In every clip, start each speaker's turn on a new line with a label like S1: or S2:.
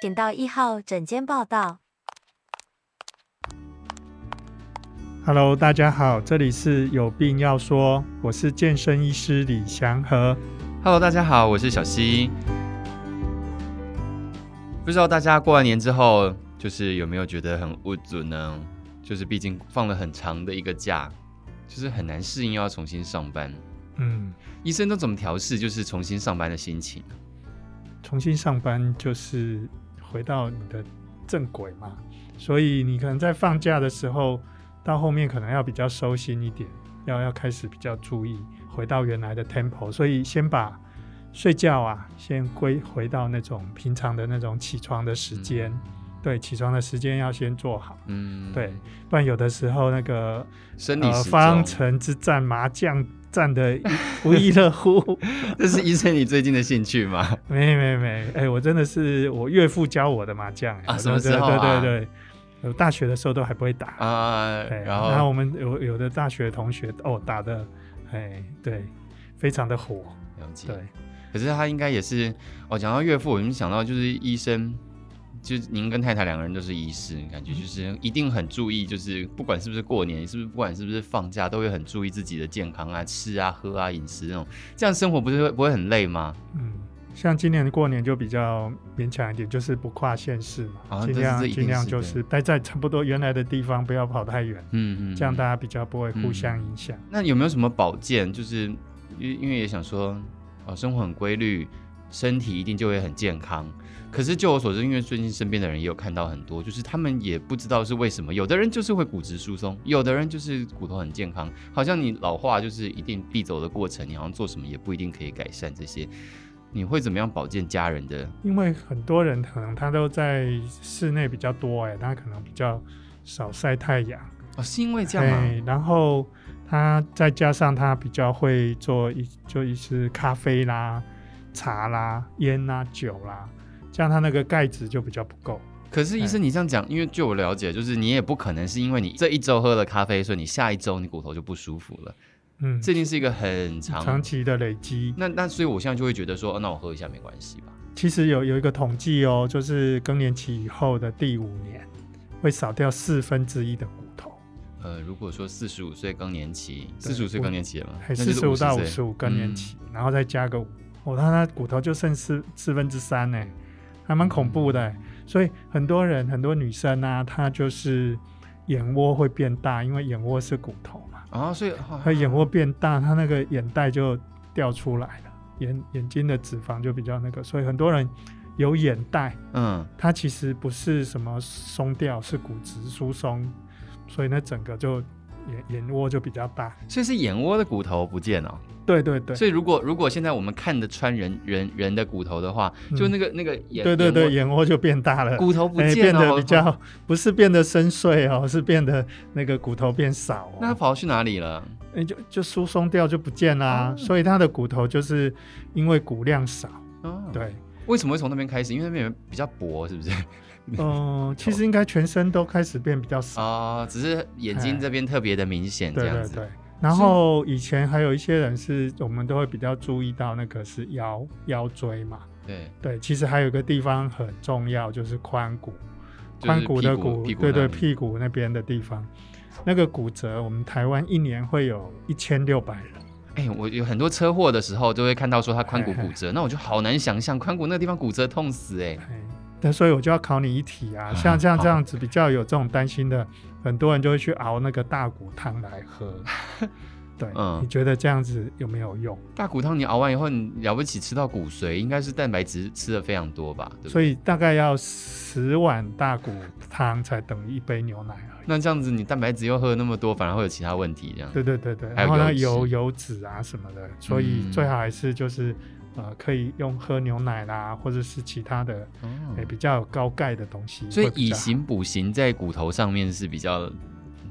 S1: 请到一号诊间报到。
S2: Hello，大家好，这里是有病要说，我是健身医师李祥和。
S3: Hello，大家好，我是小溪。不知道大家过完年之后，就是有没有觉得很无助呢？就是毕竟放了很长的一个假，就是很难适应又要重新上班。
S2: 嗯，
S3: 医生都怎么调试，就是重新上班的心情？
S2: 重新上班就是回到你的正轨嘛，所以你可能在放假的时候，到后面可能要比较收心一点，要要开始比较注意，回到原来的 tempo。所以先把睡觉啊，先归回到那种平常的那种起床的时间，对，起床的时间要先做好。
S3: 嗯，
S2: 对，不然有的时候那个
S3: 生理
S2: 呃
S3: 时
S2: 方
S3: 钟，
S2: 城之战麻将战的不亦乐乎。
S3: 这是医生你最近的兴趣吗？
S2: 没没没，哎、我真的是我岳父教我的麻将、哎
S3: 啊
S2: 我
S3: 什么
S2: 真
S3: 时
S2: 的
S3: 候啊
S2: 对对对，我大学的时候都还不会打。
S3: 啊，
S2: 对
S3: 然后
S2: 然后我们有有的大学同学哦打的，哎、对，非常的火，
S3: 了解
S2: 对。，
S3: 可是他应该也是，哦，讲到岳父，我就想到就是医生，就是您跟太太两个人都是医师，感觉就是一定很注意，就是不管是不是过年，是不是不管是不是放假，都会很注意自己的健康啊，吃啊、喝啊、饮食那种，这样生活不是会不会很累吗？
S2: 嗯。像今年过年就比较勉强一点，就是不跨县市嘛，
S3: 啊
S2: 尽、
S3: 这是这
S2: 量
S3: 一定
S2: 尽量
S3: 是
S2: 就
S3: 的
S2: 是待在差不多原来的地方，不要跑太远，
S3: 嗯嗯，
S2: 这样大
S3: 的。
S2: 家比较不会互
S3: 嗯
S2: 相影响。
S3: 那有没有什么保健？就是因因为也想说，哦，生活很规律，身体一定就会很健康。可是就我所知，因为最近身边的人也有看到很多，就是他们也不知道是为什么，有的人就是会骨质疏松，有的人就是骨头很健康。好像你老化就是一定必走的过程，你好像做什么也不一定可以改善这些。你会怎么样保健家人的？
S2: 因为很多人可能他都在室内比较多、哎，他可能比较少晒太阳，
S3: 哦，是因为这样吗？
S2: 哎然后他再加上他比较会做一就一些咖啡啦、茶啦、烟啦、酒啦，这样他那个钙质就比较不够。
S3: 可是医生，你这样讲，因为据我了解，就是你也不可能是因为你这一周喝了咖啡，所以你下一周你骨头就不舒服了。
S2: 嗯，
S3: 这已经是一个很长
S2: 长期的累积，
S3: 那那所以我现在就会觉得说，哦那我喝一下没关系吧。
S2: 其实有有一个统计哦，就是更年期以后的第五年会少掉四分之一的骨头。
S3: 呃，如果说四十五岁更年期，
S2: 对
S3: 四十五岁更年期了吗？
S2: 还
S3: 那就
S2: 四
S3: 是
S2: 十五到五
S3: 50
S2: 十
S3: 岁嗯
S2: 五更年期，然后再加个五，我、哦、他他骨头就剩四四分之三呢，还蛮恐怖
S3: 嗯
S2: 的欸。所以很多人很多女生啊，她就是眼窝会变大，因为眼窝是骨头嘛，
S3: 啊，所以哦
S2: 她眼窝变大，她那个眼袋就掉出来了，眼眼睛的脂肪就比较那个，所以很多人有眼袋，
S3: 嗯，
S2: 它其实不是什么松掉，是骨质疏松，所以那整个就眼眼窝就比较大。
S3: 所以是眼窝的骨头不见了、
S2: 对对对。
S3: 所以如果如果现在我们看得穿人人人的骨头的话，
S2: 嗯
S3: 就那个、那个眼
S2: 对对对，
S3: 眼
S2: 眼窝就变大了
S3: 窝，骨头不
S2: 哎，
S3: 见哦
S2: 变得
S3: 了、
S2: 比较不是变得深邃哦，是变得那个骨头变少哦，
S3: 那它跑去哪里了？
S2: 哎就就疏松掉就不见啦、
S3: 哦
S2: 所以它的骨头就是因为骨量少，
S3: 哦，，
S2: 对，
S3: 为什么会从那边开始？因为那边比较薄，是不 是？
S2: 嗯、其实应该全身都开始变比较少，
S3: 哦，只是眼睛
S2: 哎
S3: 这边特别的明显，这
S2: 对
S3: 样
S2: 对
S3: 子。
S2: 对。然后以前还有一些人是我们都会比较注意到那个是腰腰椎嘛，
S3: 对
S2: 对，其实还有一个地方很重要，就是髋骨，
S3: 就是
S2: 髋骨的
S3: 屁股屁股
S2: 对对，
S3: 那里
S2: 屁股那边的地方，那个骨折，我们台湾一年会有一千六百人。
S3: 哎、我有很多车祸的时候都会看到说他髋骨 骨折，那我就好难想象髋骨那个地方骨折痛死哎、
S2: 哎，那所以我就要考你一题啊，
S3: 啊
S2: 像像
S3: 好
S2: 这样子比较有这种担心的，很多人就会去熬那个大骨汤来 喝。对，
S3: 嗯
S2: 你觉得这样子有没有用？
S3: 大骨汤你熬完以后，你了不起吃到骨髓，应该是蛋白质吃的非常多吧？对不对？
S2: 所以大概要十碗大骨汤才等于一杯牛奶而已。
S3: 那这样子你蛋白质又喝了那么多，反而会有其他问题这样。
S2: 对对对对，
S3: 还
S2: 然
S3: 有
S2: 后呢
S3: 油
S2: 油
S3: 脂
S2: 油脂啊什么的，所以
S3: 嗯
S2: 最好还是就是、呃可以用喝牛奶啦，或者是其他的、
S3: 哦
S2: 诶比较有高钙的东西。
S3: 所以
S2: 会比
S3: 以
S2: 较好
S3: 形补形在骨头上面是比较，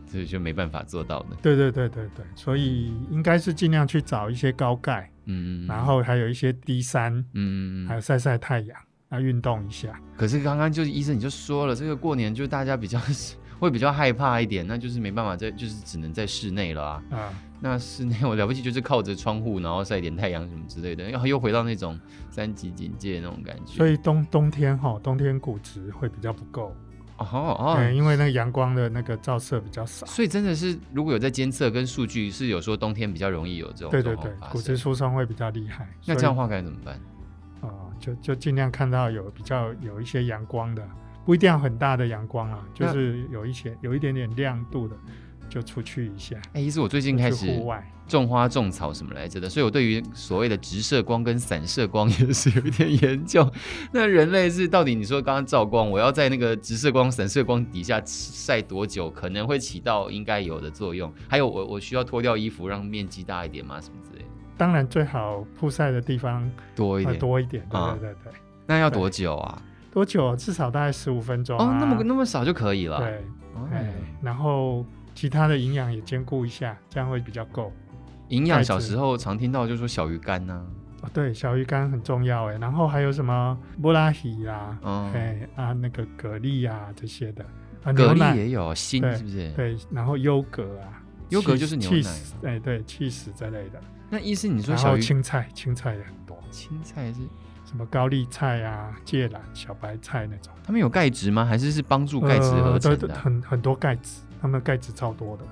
S3: 所以就没办法做到的。
S2: 对对对对对，所以应该是尽量去找一些高钙，
S3: 嗯，
S2: 然后还有一些 D 三，
S3: 嗯
S2: 还，有晒晒太阳，啊运动一下。
S3: 可是刚刚就是医生你就说了，这个过年就 大家比较会比较害怕一点，那就是没办法在就是只能在室内了啊。
S2: 啊、
S3: 那室内我了 不起就是靠着窗户，然后晒点太阳什么之类的，然后又回到那种三级警戒那种感觉。
S2: 所以冬冬天哈，冬天骨质会比较不够，
S3: 哦哦，
S2: 对，因为那个阳光的那个照射比较少。
S3: 所以真的是如果有在监测跟数据是有说冬天比较容易有这种
S2: 对对
S3: 状
S2: 对
S3: 况，发
S2: 骨
S3: 生
S2: 质疏松会比较厉害。
S3: 那
S2: 所以
S3: 这样的话该怎么办？
S2: 哦，就就尽量看到有比较有一些阳光的，不一定要很大的阳光啊，就
S3: 那
S2: 是有一些有一点点亮度的，就出去一下，
S3: 哎、其实我最近
S2: 就
S3: 开
S2: 去
S3: 始
S2: 户外。
S3: 种花种草什么来着的，所以我对于所谓的直射光跟散射光也是有一点研究。那人类是到底你说刚刚照光，我要在那个直射光、散射光底下晒多久，可能会起到应该有的作用？还有我我需要脱掉衣服让面积大一点吗？什么之类的，
S2: 当然最好曝晒的地方
S3: 多一
S2: 呃
S3: 点。
S2: 多一点，对
S3: 啊
S2: 对对对。
S3: 那要多久啊？
S2: 多久？至少大概十五分钟、啊、
S3: 哦，那么那么少就可以了。
S2: 对，
S3: 哦，
S2: 哎，然后其他的营养也兼顾一下，这样会比较够。
S3: 营养
S2: 钙
S3: 小
S2: 质
S3: 时候常听到就说小鱼干啊呐、
S2: 哦，对，小鱼干很重要哎，然后还有什么布拉提啦，
S3: 嗯
S2: 哎、啊那个蛤蜊啊这些的，啊
S3: 蛤
S2: 牛
S3: 蜊
S2: 奶
S3: 也有，锌是不是？
S2: 对，然后优格啊，
S3: 优格
S2: cheese-
S3: 就是牛奶
S2: cheese，哎对，cheese 这类的，
S3: 那意思你说
S2: 然
S3: 小
S2: 后
S3: 鱼
S2: 青菜青菜也很多，
S3: 青菜是
S2: 什么高丽菜啊、芥蓝、小白菜那种，
S3: 它们有钙质吗？还是是帮助钙质合成
S2: 呃对
S3: 的啊、
S2: 很很多钙质，它们的钙质超多的，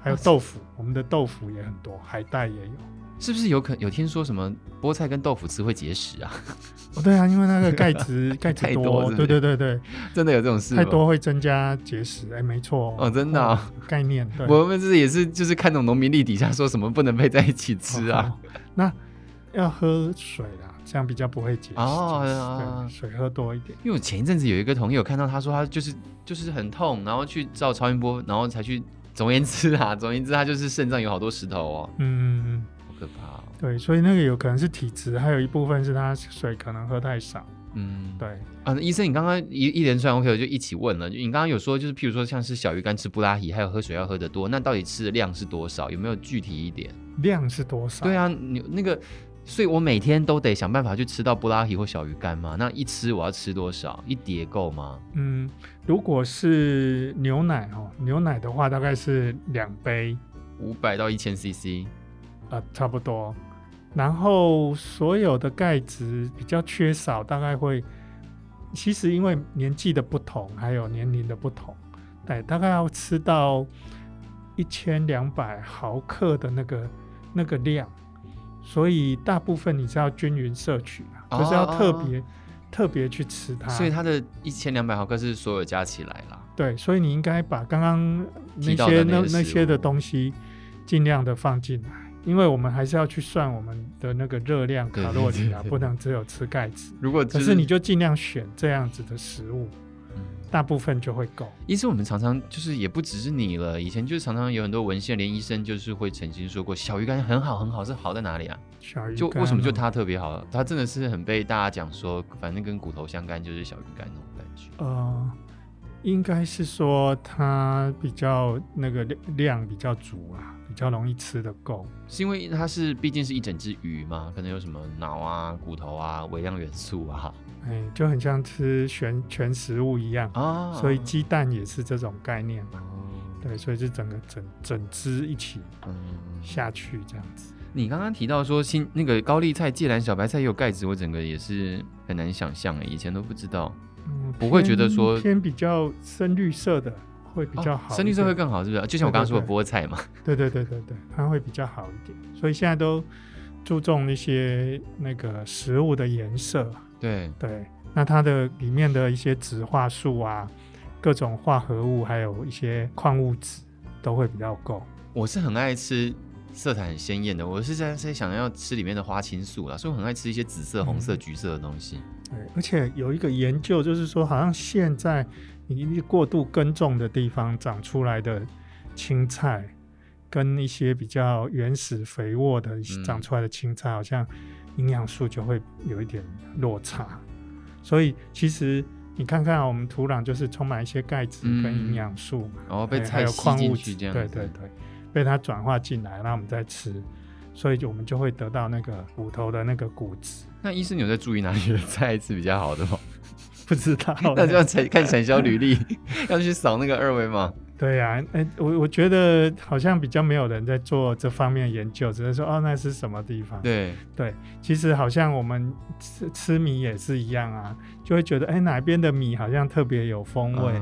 S2: 还有
S3: 哇塞
S2: 豆腐，我们的豆腐也很多，海带也有。
S3: 是不是有可有听说什么菠菜跟豆腐吃会结 石啊？
S2: 哦，对啊，因为那个钙 质钙质
S3: 太多是不是
S2: 对对对对，
S3: 真的有这种事吗？
S2: 太多会增加结石，哎，没错
S3: 哦真的啊
S2: 概念对。
S3: 我们这也是就是看懂农民力底下说什么不能配在一起吃 啊
S2: 哦，那要喝水啦，这样比较不会结石。
S3: 哦
S2: 结石
S3: 啊
S2: 对，水喝多一点。
S3: 因为我前一阵子有一个朋友看到他说他就是就是很痛，然后去照超音波，然后才去。总而言之啊，总而言之，他就是肾脏有好多石头哦，
S2: 嗯嗯嗯，
S3: 好可怕哦。
S2: 对，所以那个有可能是体质，还有一部分是他水可能喝太少。
S3: 嗯，
S2: 对，
S3: 啊，那医生，你刚刚一一连串 OK，我就一起问了。就你刚刚有说，就是譬如说像是小鱼干吃布拉提，还有喝水要喝得多，那到底吃的量是多少？有没有具体一点？
S2: 量是多少？
S3: 对啊，你那个，所以我每天都得想办法去吃到布拉提或小鱼干嘛。那一吃我要吃多少？一碟够吗？
S2: 嗯，如果是牛奶哦，牛奶的话大概是两杯，
S3: 五百到一千 CC。
S2: 呃，差不多。然后所有的钙质比较缺少，大概会，其实因为年纪的不同，还有年龄的不同，对，大概要吃到一千两百毫克的那个那个量，所以大部分你是要均匀摄取啊，
S3: 哦
S2: 就是要特
S3: 哦哦
S2: 别、特别去吃它。
S3: 所以它的一千两百毫克是所有加起来啦。
S2: 对，所以你应该把刚刚
S3: 提
S2: 那
S3: 到
S2: 些
S3: 的那
S2: 那
S3: 些食
S2: 那些
S3: 物
S2: 的东西尽量的放进来，因为我们还是要去算我们的那个热量、
S3: 对
S2: 卡路
S3: 对
S2: 里啊
S3: 对，
S2: 不能只有吃钙质。
S3: 如果、
S2: 可
S3: 就是
S2: 你就尽量选这样子的食物，
S3: 嗯
S2: 大部分就会够。
S3: 医生，我们常常就是也不只是你了，以前就是常常有很多文献，连医生就是会曾经说过，小鱼干很好很好，是好在哪里啊？
S2: 小鱼
S3: 就
S2: 干
S3: 为什么就
S2: 哦
S3: 它特别好？它真的是很被大家讲说，反正跟骨头相干就是小鱼干那种感觉。
S2: 呃，应该是说它比较那个量量比较足啊，比较容易吃得够。
S3: 是因为它是毕竟是一整只鱼嘛，可能有什么脑啊、骨头啊、微量元素啊
S2: 哎，就很像吃全全食物一样，
S3: 啊，
S2: 所以鸡蛋也是这种概念嘛。
S3: 哦
S2: 对，所以就整个整整只一起
S3: 嗯
S2: 下去这样子。
S3: 你刚刚提到说新那个高丽菜、芥蓝、小白菜也有钙质，我整个也是很难想象欸诶，以前都不知道。
S2: 嗯，
S3: 不会觉得
S2: 偏
S3: 说
S2: 偏比较深绿色的会比较
S3: 哦
S2: 好一点、
S3: 深绿色会更好，是不是？就像我刚刚说
S2: 对
S3: 的
S2: 对对
S3: 菠菜嘛，
S2: 对对对对对，它会比较好一点。所以现在都注重一些那个食物的颜色，
S3: 对，
S2: 对，那它的里面的一些植化素啊，各种化合物，还有一些矿物质都会比较够。
S3: 我是很爱吃色彩很鲜艳的，我是在在想要吃里面的花青素啦，所以我很爱吃一些紫色、红色、
S2: 嗯
S3: 橘色的东西。
S2: 对，而且有一个研究就是说，好像现在你过度耕种的地方长出来的青菜，跟一些比较原始肥沃的
S3: 嗯
S2: 长出来的青菜，好像营养素就会有一点落差。所以其实你看看啊我们土壤就是充满一些钙质跟
S3: 嗯
S2: 营养素嘛，
S3: 然后被
S2: 哎对还
S3: 菜
S2: 有
S3: 吸
S2: 矿
S3: 进
S2: 物
S3: 去
S2: 质，
S3: 这样
S2: 对
S3: 子
S2: 对对，被它转化进来，然后我们再吃，所以就我们就会得到那个骨头的那个骨质。
S3: 那医生你有在注意哪里的菜是比较好的吗？
S2: 不知道欸，
S3: 那就要产看产销履历，要去扫那个二维码。
S2: 对呀、哎、我我觉得好像比较没有人在做这方面的研究，只能说哦，那是什么地方？
S3: 对，
S2: 其实好像我们吃吃米也是一样啊，就会觉得哎、哪边的米好像特别有风味，哎、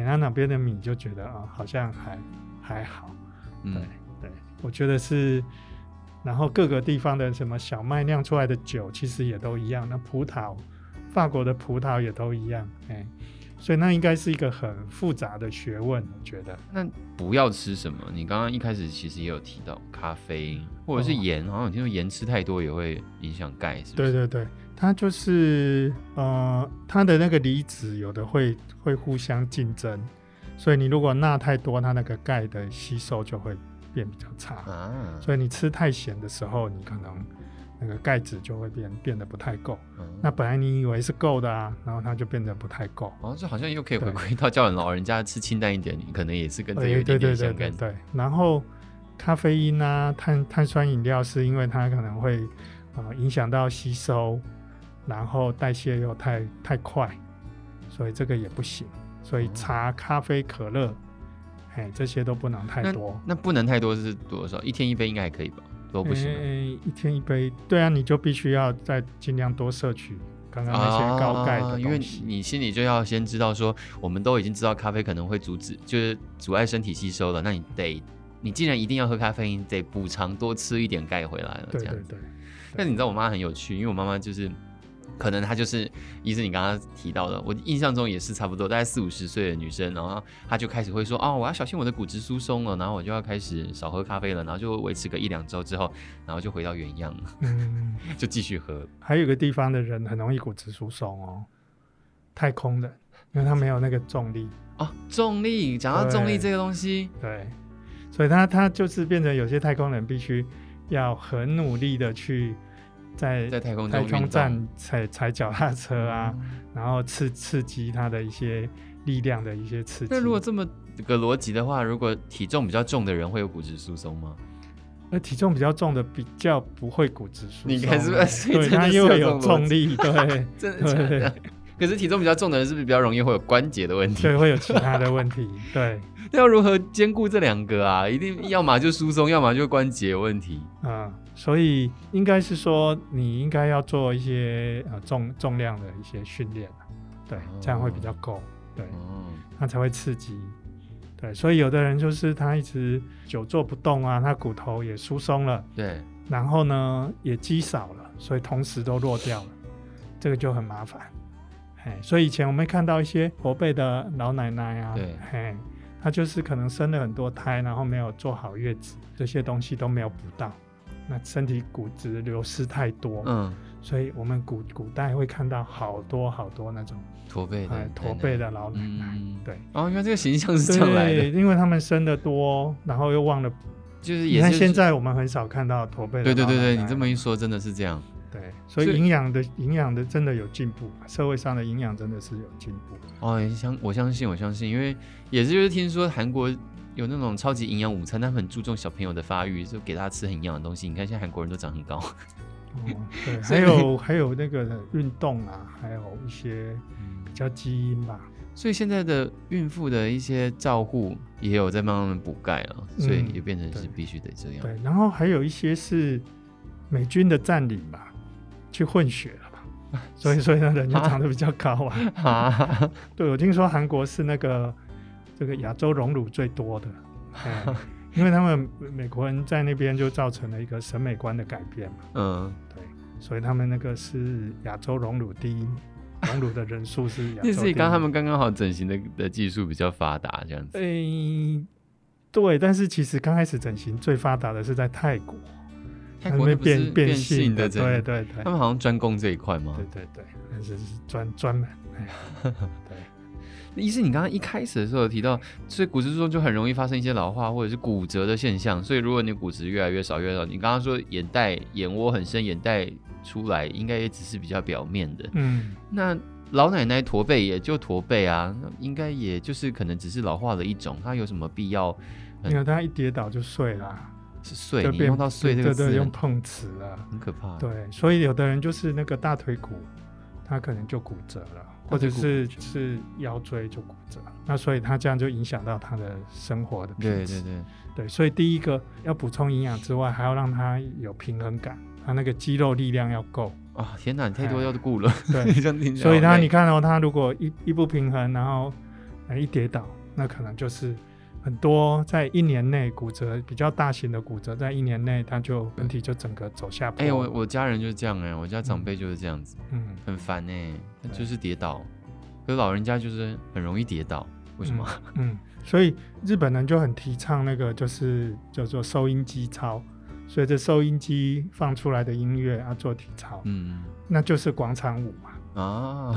S3: 嗯
S2: 那哪边的米就觉得啊、好像还还好。对
S3: 嗯，
S2: 对，我觉得是。然后各个地方的什么小麦酿出来的酒，其实也都一样。那葡萄，法国的葡萄也都一样，哎，所以那应该是一个很复杂的学问，我觉得。
S3: 那不要吃什么？你刚刚一开始其实也有提到咖啡或者是
S2: 哦
S3: 盐，好像有听说盐吃太多也会影响钙，是不
S2: 对
S3: 是？
S2: 对对，它就是呃，它的那个离子有的会会互相竞争，所以你如果钠太多，它那个钙的吸收就会变比较差。
S3: 啊，
S2: 所以你吃太咸的时候，你可能那个钙质就会变变得不太够。
S3: 嗯
S2: 那本来你以为是够的啊，然后它就变得不太够。
S3: 哦，这好像又可以
S2: 对
S3: 回归到叫人老人家吃清淡一点，可能也是跟这有
S2: 哎
S3: 一
S2: 对对
S3: 点点
S2: 对
S3: 相
S2: 对
S3: 干。
S2: 对，然后咖啡因啊、碳碳酸饮料是因为它可能会呃影响到吸收，然后代谢又太太快，所以这个也不行。所以
S3: 哦
S2: 茶、咖啡、可乐，哎，这些都不能太
S3: 那
S2: 多。
S3: 那不能太多是多少？一天一杯应该还可以吧？都不行吗。啊
S2: 哎一天一杯，对啊，你就必须要再尽量多摄取刚刚那些高钙的
S3: 啊哦因为
S2: 东西。
S3: 你心里就要先知道说，我们都已经知道咖啡可能会阻止，就是阻碍身体吸收了，那你得，你既然一定要喝咖啡因，得补偿多吃一点钙回来了，
S2: 对
S3: 这样
S2: 对
S3: 子。
S2: 对，
S3: 但你知道我妈很有趣，因为我妈妈就是，可能她就是，医生你刚刚提到的，我印象中也是差不多，大概四五十岁的女生，然后她就开始会说，哦，我要小心我的骨质疏松了，然后我就要开始少喝咖啡了，然后就维持个一两周之后，然后就回到原样，
S2: 嗯。
S3: 就继续喝。
S2: 还有一个地方的人很容易骨质疏松哦，太空人，因为他没有那个重力，
S3: 哦，重力，讲到重
S2: 对
S3: 力这个东西，
S2: 对，所以他他就是变成有些太空人必须要很努力的去在
S3: 在太空中
S2: 太
S3: 运
S2: 空
S3: 动。嗯
S2: 站踩踩脚踏车啊，然后刺刺激他的一些力量的一些刺激。
S3: 那如果这么个逻辑的话，如果体重比较重的人会有骨质疏松吗？
S2: 那体重比较重的比较不会骨质疏松，欸
S3: 你看是不是
S2: 对，
S3: 真的
S2: 他
S3: 是
S2: 因为
S3: 有
S2: 有
S3: 这种逻
S2: 重力， 对
S3: 真的假的？ 可是体重比较重的人是不是比较容易会有关节的问题？
S2: 对，会有其他的问题，对。
S3: 那要如何兼顾这两个啊？一定要么就疏松，要么就关节问题。
S2: 嗯，所以应该是说你应该要做一些呃重重量的一些训练啊，对
S3: 哦，
S2: 这样会比较够，对，
S3: 哦，
S2: 那才会刺激，对，所以有的人就是他一直久坐不动啊，他骨头也疏松了，
S3: 对，
S2: 然后呢也肌少了，所以同时都弱掉了，这个就很麻烦。哎，所以以前我们会看到一些驼背的老奶奶啊，
S3: 对
S2: 哎，她就是可能生了很多胎，然后没有做好月子，这些东西都没有补到，那身体骨质流失太多，
S3: 嗯，
S2: 所以我们古古代会看到好多好多那种
S3: 驼背的
S2: 哎，驼
S3: 奶
S2: 背
S3: 奶。
S2: 的老奶奶，
S3: 嗯
S2: 对。
S3: 哦，原来这个形象是这样来
S2: 对，
S3: 的，
S2: 因为他们生的多，然后又忘了补。
S3: 就是
S2: 你
S3: 也
S2: 看
S3: 是
S2: 现。在我们很少看到驼背的
S3: 对对对
S2: 老奶
S3: 对，
S2: 奶
S3: 你这么一说，真的是这样。
S2: 对，所以
S3: 所以
S2: 营养的营养的真的有进步，社会上的营养真的是有进 步。
S3: 哦，相我相信，我相信，因为也是就是听说韩国有那种超级营养午餐，他们很注重小朋友的发育，就给大家吃很营养的东西。你看现在韩国人都长很高，
S2: 哦，对，
S3: 所
S2: 还
S3: 以
S2: 有还有那个运动啊，还有一些比较基因吧。
S3: 所以现在的孕妇的一些照护也有在帮他们补钙了，
S2: 嗯
S3: 所以也变成
S2: 对
S3: 是必须得这样。
S2: 对，然后还有一些是美军的占领嘛，去混血了嘛， 所以所以呢人就长得比较高啊。
S3: 啊，
S2: 对，我听说韩国是那个这个亚洲荣辱最多的，哎 因为他们美国人在那边就造成了一个审美观的改变嘛。
S3: 嗯，
S2: 对，所以他们那个是亚洲荣辱第一，荣辱的人数 是亚洲
S3: 也
S2: 第一。
S3: 是刚他们刚刚好整形的的技术比较发达这样子。
S2: 诶、对，但是其实刚开始整形最发达的是在泰国，
S3: 泰国
S2: 他
S3: 那
S2: 们
S3: 不是
S2: 变变
S3: 性的整
S2: 对
S3: 形，
S2: 对对
S3: 他们好像专攻这一块吗
S2: 对？对对，但是是专专门。哎 对，
S3: 医生，你刚刚一开始的时候有提到，所以骨质疏松就很容易发生一些老化或者是骨折的现象。所以如果你骨质越来越少越来越少，你刚刚说眼袋、眼窝很深，眼袋出来应该也只是比较表面的。
S2: 嗯，
S3: 那老奶奶驼背也就驼背啊，那应该也就是可能只是老化的一种，它有什么必要嗯
S2: 因为他一跌倒就碎啦，
S3: 是碎？
S2: 就
S3: 你
S2: 变
S3: 用到碎这个
S2: 对对
S3: 字
S2: 对，用
S3: 很
S2: 碰瓷啊了。
S3: 很可怕。
S2: 对，所以有的人就是那个大腿骨，他可能就骨折了，或者是
S3: 他
S2: 是腰椎就骨折，那所以他这样就影响到他的生活的品
S3: 对
S2: 质。
S3: 对对，
S2: 对，所以第一个要补充营养之外，还要让他有平衡感，他那个肌肉力量要 够。
S3: 啊，天哪，你太多
S2: 哎
S3: 要顾了，
S2: 对
S3: 这样听起来
S2: 所以
S3: 好
S2: 他
S3: 累
S2: 你看哦，他如果一一不平衡，然后呃一跌倒，那可能就是很多在一年内骨折比较大型的骨折，在一年内他就问题就整个走下坡。
S3: 哎、我我家人就是这样哎、我家长辈就是这样子，
S2: 嗯，
S3: 很烦哎、他
S2: 对
S3: 就是跌倒，可是老人家就是很容易跌倒，为什么？
S2: 嗯，所以日本人就很提倡那个就是叫做收音机操，随着收音机放出来的音乐啊做体操，
S3: 嗯
S2: 那就是广场舞嘛。
S3: 啊，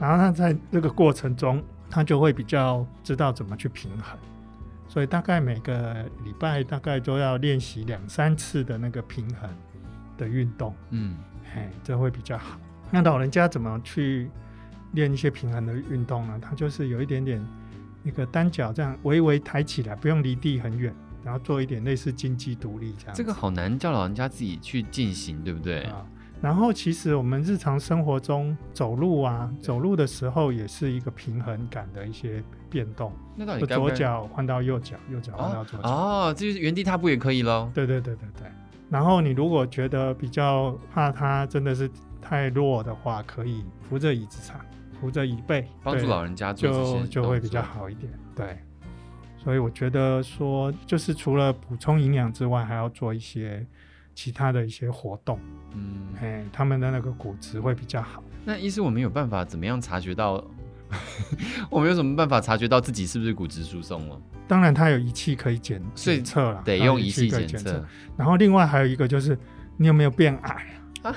S2: 然后他在这个过程中，他就会比较知道怎么去平衡。所以大概每个礼拜大概都要练习两三次的那个平衡的运动，
S3: 嗯
S2: 嘿，这会比较好。那老人家怎么去练一些平衡的运动呢？他就是有一点点那个单脚这样微微抬起来，不用离地很远，然后做一点类似金鸡独立这样子。
S3: 这个好难叫老人家自己去进行，对不对？
S2: 啊。然后其实我们日常生活中走路啊，
S3: 嗯
S2: 走路的时候也是一个平衡感的一些变动，
S3: 那到底
S2: 就
S3: 该不
S2: 左
S3: 该
S2: 脚换到右脚，右脚换到
S3: 哦
S2: 左脚。
S3: 哦，这就是原地踏步也可以喽。
S2: 对对对对对。然后你如果觉得比较怕它真的是太弱的话，可以扶着椅子上，扶着椅背，
S3: 帮助
S2: 对
S3: 老人家做这些
S2: 就就会比
S3: 动
S2: 较
S3: 作。
S2: 好一点。对，所以我觉得说，就是除了补充营养之外，还要做一些其他的一些活动，
S3: 嗯，
S2: 哎，他们的那个骨质会比较好。
S3: 那医师，我们有办法怎么样察觉到？ 我们有什么办法察觉到自己是不是骨质疏松了？
S2: 当然，它有仪器可以检
S3: 所以
S2: 检测了，
S3: 得
S2: 它有
S3: 用仪器
S2: 啊可以
S3: 检测。。
S2: 然后另外还有一个就是，你有没有变矮？
S3: 啊，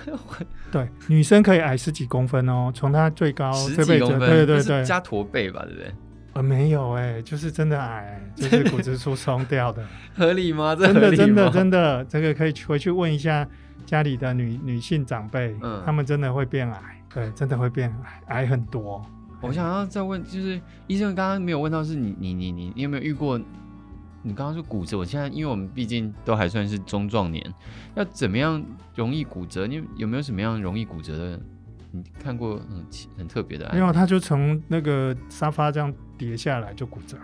S2: 对，女生可以矮十几公分哦，从她最高
S3: 十
S2: 这
S3: 几
S2: 辈子，
S3: 公分，
S2: 对对
S3: 那是
S2: 对，
S3: 加驼背吧，对不对？
S2: 呃没有哎、就是真的矮、就是骨质疏松掉的，
S3: 合理吗？ 这
S2: 真
S3: 合
S2: 的
S3: 理
S2: 真的
S3: 吗
S2: 真的，这个可以回去问一下家里的女女性长辈，
S3: 嗯
S2: 她们真的会变矮，对，真的会变矮，矮很多。
S3: 我想要再问，就是医生刚刚没有问到，是你你你你你有没有遇过？你刚刚说骨折，我现在因为我们毕竟都还算是中壮年，要怎么样容易骨折？你有没有什么样容易骨折的？你看过很奇很特别的
S2: 没
S3: 案例？
S2: 有，她就从那个沙发这样跌下来就骨折了。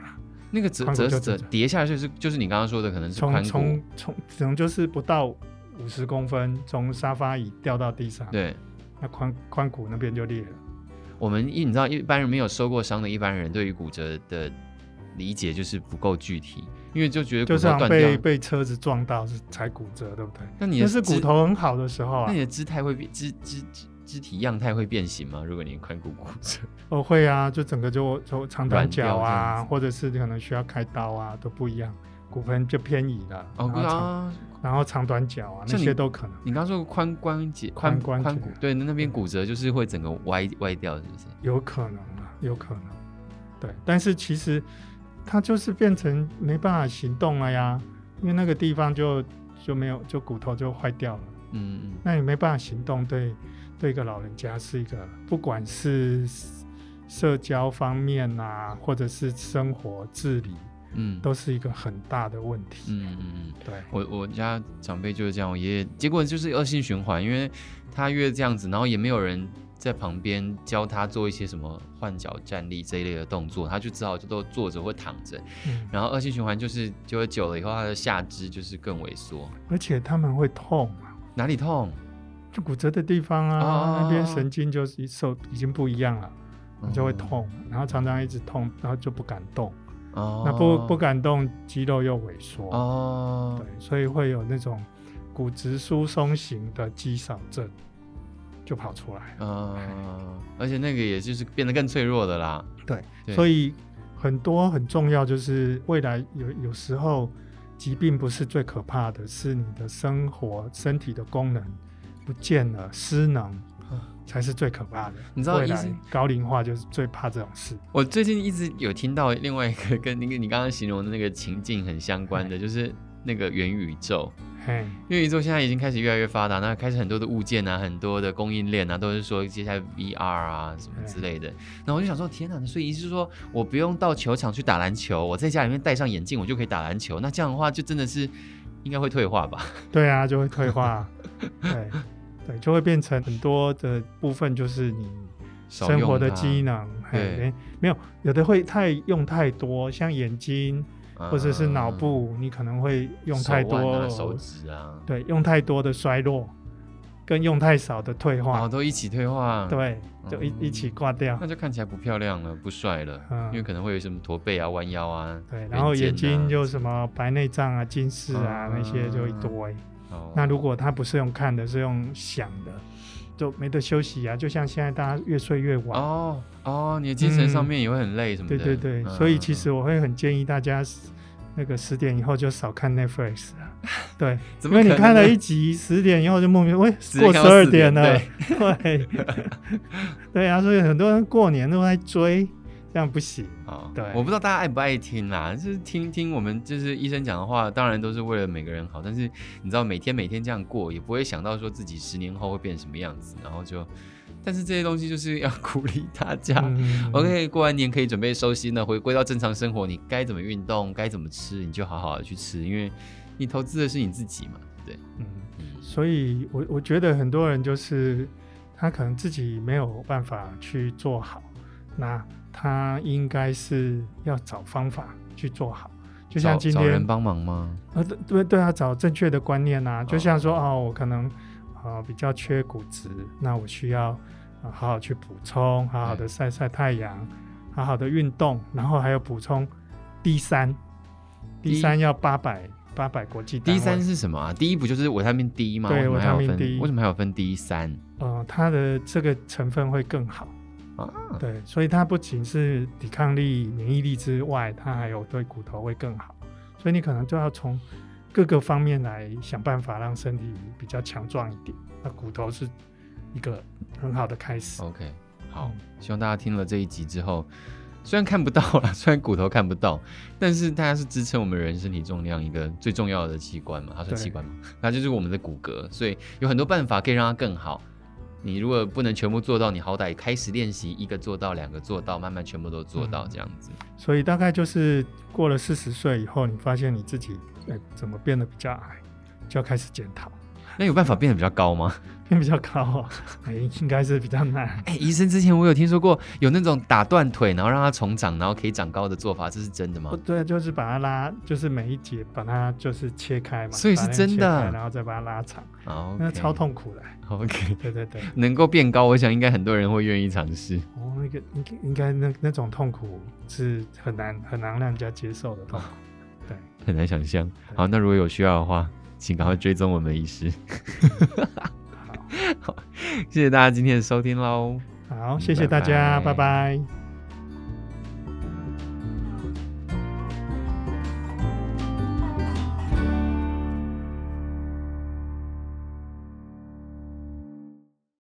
S3: 那个折
S2: 髋骨
S3: 折
S2: 就
S3: 折
S2: 折折
S3: 跌下来就是就是你刚刚说的，可能是
S2: 从
S3: 髋骨
S2: 从从可能就是不到五十公分，从沙发椅掉到地上，，
S3: 对。
S2: 那髋髋骨那边就裂了。
S3: 我们一你知道一般人没有受过伤的一般人对于骨折的理解就是不够具体，因为就觉得
S2: 就
S3: 骨
S2: 是
S3: 头
S2: 好
S3: 断
S2: 像
S3: 掉。
S2: 被被车子撞到是才骨折，对不对？
S3: 那你
S2: 那
S3: 的
S2: 是骨
S3: 肢
S2: 头很好的时候
S3: 那
S2: 啊
S3: 你，的姿态会变肢肢肢肢体样态会变形吗？如果你髋骨骨 折，
S2: 哦会啊，就整个就就长短脚
S3: 软掉这样
S2: 啊，
S3: 子
S2: 或者是可能需要开刀啊，都不一样，骨盆就偏移了，
S3: 哦，
S2: 然后长、
S3: 啊，
S2: 然后长短脚啊，那
S3: 像你
S2: 些都可能。
S3: 你刚刚说髋关节、髋
S2: 髋关节
S3: 髋骨，对，那那边骨折就是会整个歪歪掉，是不是？
S2: 有可能啊，有可能。对，但是其实他就是变成没办法行动了呀，因为那个地方就就没有，就骨头就坏掉了。
S3: 嗯，嗯
S2: 那你没办法行动，对对一个老人家是一个，不管是社交方面啊，或者是生活治理，
S3: 嗯
S2: 都是一个很大的问题。
S3: 嗯嗯嗯。
S2: 对，
S3: 我我家长辈就是这样，我爷爷结果就是恶性循环，因为他越这样子，然后也没有人在旁边教他做一些什么换脚站立这一类的动作，他就只好就都坐着或躺着，
S2: 嗯，
S3: 然后恶性循环就是就会久了以后，他的下肢就是更萎缩，
S2: 而且他们会痛啊，
S3: 哪里痛？
S2: 就骨折的地方啊，
S3: 哦
S2: 那边神经就是受已经不一样了。你就会痛，然后常常一直痛，然后就不敢动，
S3: 哦。
S2: 那不不敢动，肌肉又萎缩，
S3: 哦
S2: 对，，所以会有那种骨质疏松型的肌少症就跑出来了。
S3: 呃，而且那个也就是变得更脆弱的啦。对
S2: 所以很多很重要，就是未来有有时候疾病不是最可怕的，是你的生活身体的功能不见了，失能。才是最可怕的。
S3: 啊你知道
S2: 未
S3: 医
S2: 来
S3: 生
S2: 高龄化就是最怕这种事。
S3: 我最近一直有听到另外一个跟那个你刚刚形容的那个情境很相关的，就是那个元宇宙。
S2: 嘿，
S3: 元宇宙现在已经开始越来越发达，那开始很多的物件啊，很多的供应链啊，都是说接下来 VR 啊什么之类的。然后我就想说，天哪！所以意思是说我不用到球场去打篮球，我在家里面戴上眼镜，我就可以打篮球。那这样的话，就真的是应该会退化吧？
S2: 对啊，就会 退化，对对，就会变成很多的部分就是你
S3: 少
S2: 生活
S3: 用
S2: 的
S3: 它
S2: 机能，嘿
S3: 对
S2: 没没有有的会太用太多，像眼睛或者是脑
S3: 嗯
S2: 部，你可能会用
S3: 手
S2: 太
S3: 腕
S2: 多
S3: 啊、，手指啊，
S2: 对，用太多的衰落，跟用太少的退
S3: 哦，
S2: 化，
S3: 都一起退化，，
S2: 对，啊就一一起挂掉
S3: 那，就看起来不漂亮了，不帅了，
S2: 嗯
S3: 因为可能会哦有什么驼背啊、弯腰啊，
S2: 对，然后
S3: 圆
S2: 眼
S3: 肩啊
S2: 睛就什么白内障啊、近视啊那些就一堆。
S3: 哦
S2: 那如果他不是用看的，是用想的，就没得休息啊。就像现在大家越睡越晚，
S3: 哦哦，你的精神
S2: 嗯
S3: 上面也会很累什么的，
S2: 对对对，
S3: 嗯
S2: 所以其
S3: 嗯
S2: 实我会很建议大家十那个十点以后就少看 Netflix 啊，对，
S3: 嗯怎
S2: 因为
S3: 么
S2: 你
S3: 可
S2: 看
S3: 能
S2: 了
S3: 呢
S2: 一集，十点以后就莫名喂
S3: 直接
S2: 过
S3: 看
S2: 十
S3: 到
S2: 二
S3: 4点
S2: 了， 对对啊，所以很多人过年都在追，这样不行，
S3: 哦
S2: 对
S3: 我不知道大家爱不爱听啦，就是听听我们就是医生讲的话，当然都是为了每个人好，但是你知道每天每天这样过，也不会想到说自己十年后会变什么样子，然后就，但是这些东西就是要鼓励大家。
S2: 嗯
S3: 啊 OK，过完年可以准备收心了，回归到正常生活，你该怎么运动，该怎么吃，你就好好的去吃，因为你投资的是你自己嘛，对不对？
S2: 嗯。
S3: 嗯，
S2: 所以我我觉得很多人就是他可能自己没有办法去做好，那他应该是要找方法去做好。就像
S3: 找
S2: 今
S3: 找
S2: 天
S3: 人帮忙吗？
S2: 啊，对对对啊，找正确的观念啊，就像说哦，我可能啊、呃比较缺骨质，那我需要、呃好好去补充，好好的
S3: 嗯
S2: 晒晒太阳，好好的运动，然后还有补充 D 三，D 三要八百八百国际单
S3: D
S2: 位
S3: 三是什么啊？第一不就是维他命 D 吗？
S2: 对
S3: 为什么还要
S2: 维他命
S3: 分
S2: D
S3: 为什么还有分 D 三
S2: 呃，它的这个成分会更好。
S3: 啊？
S2: 对，所以它不仅是抵抗力、免疫力之外，它还有对骨头会更好。所以你可能就要从各个方面来想办法，让身体比较强壮一点。那骨头是一个很好的开始。
S3: OK，好哦
S2: 嗯，
S3: 希望大家听了这一集之后，虽然看不到啦， 虽然骨头看不到，但是大家是支撑我们人身体重量一个最重要的器官嘛， 它
S2: 对
S3: 算器官嘛，那就是我们的骨骼，所以有很多办法可以让它更好。你如果不能全部做到，你好歹开始练习一个做到，两个做到，慢慢全部都做到
S2: 嗯
S3: 这样子。
S2: 所以大概就是过了四十岁以后，你发现你自己哎怎么变得比较矮，就要开始检讨。
S3: 那有办法变得比较高吗？
S2: 变比较高、哦，哎，应该是比较难。
S3: 哎、医生之前我有听说过有那种打断腿，然后让它重长，然后可以长高的做法，这是真的吗
S2: 不？对，就是把它拉，就是每一节把它就是切开嘛，
S3: 所以
S2: 把
S3: 是
S2: 那个
S3: 真
S2: 切
S3: 的
S2: 开然后再把它拉长，
S3: 好，
S2: 那超。 痛苦的。
S3: 啊 OK，
S2: 对对对，
S3: 能够变高，我想应该很多人会愿意尝试。
S2: 哦，那个应该应该那那种痛苦是很难很难让人家接受的痛苦。
S3: 哦
S2: 对，
S3: 很难想象。好，那如果有需要的话，请赶快追踪我们医师。 好，谢谢大家今天的收听喽。
S2: 好，谢谢大家，
S3: 拜
S2: 拜
S3: 拜
S2: 拜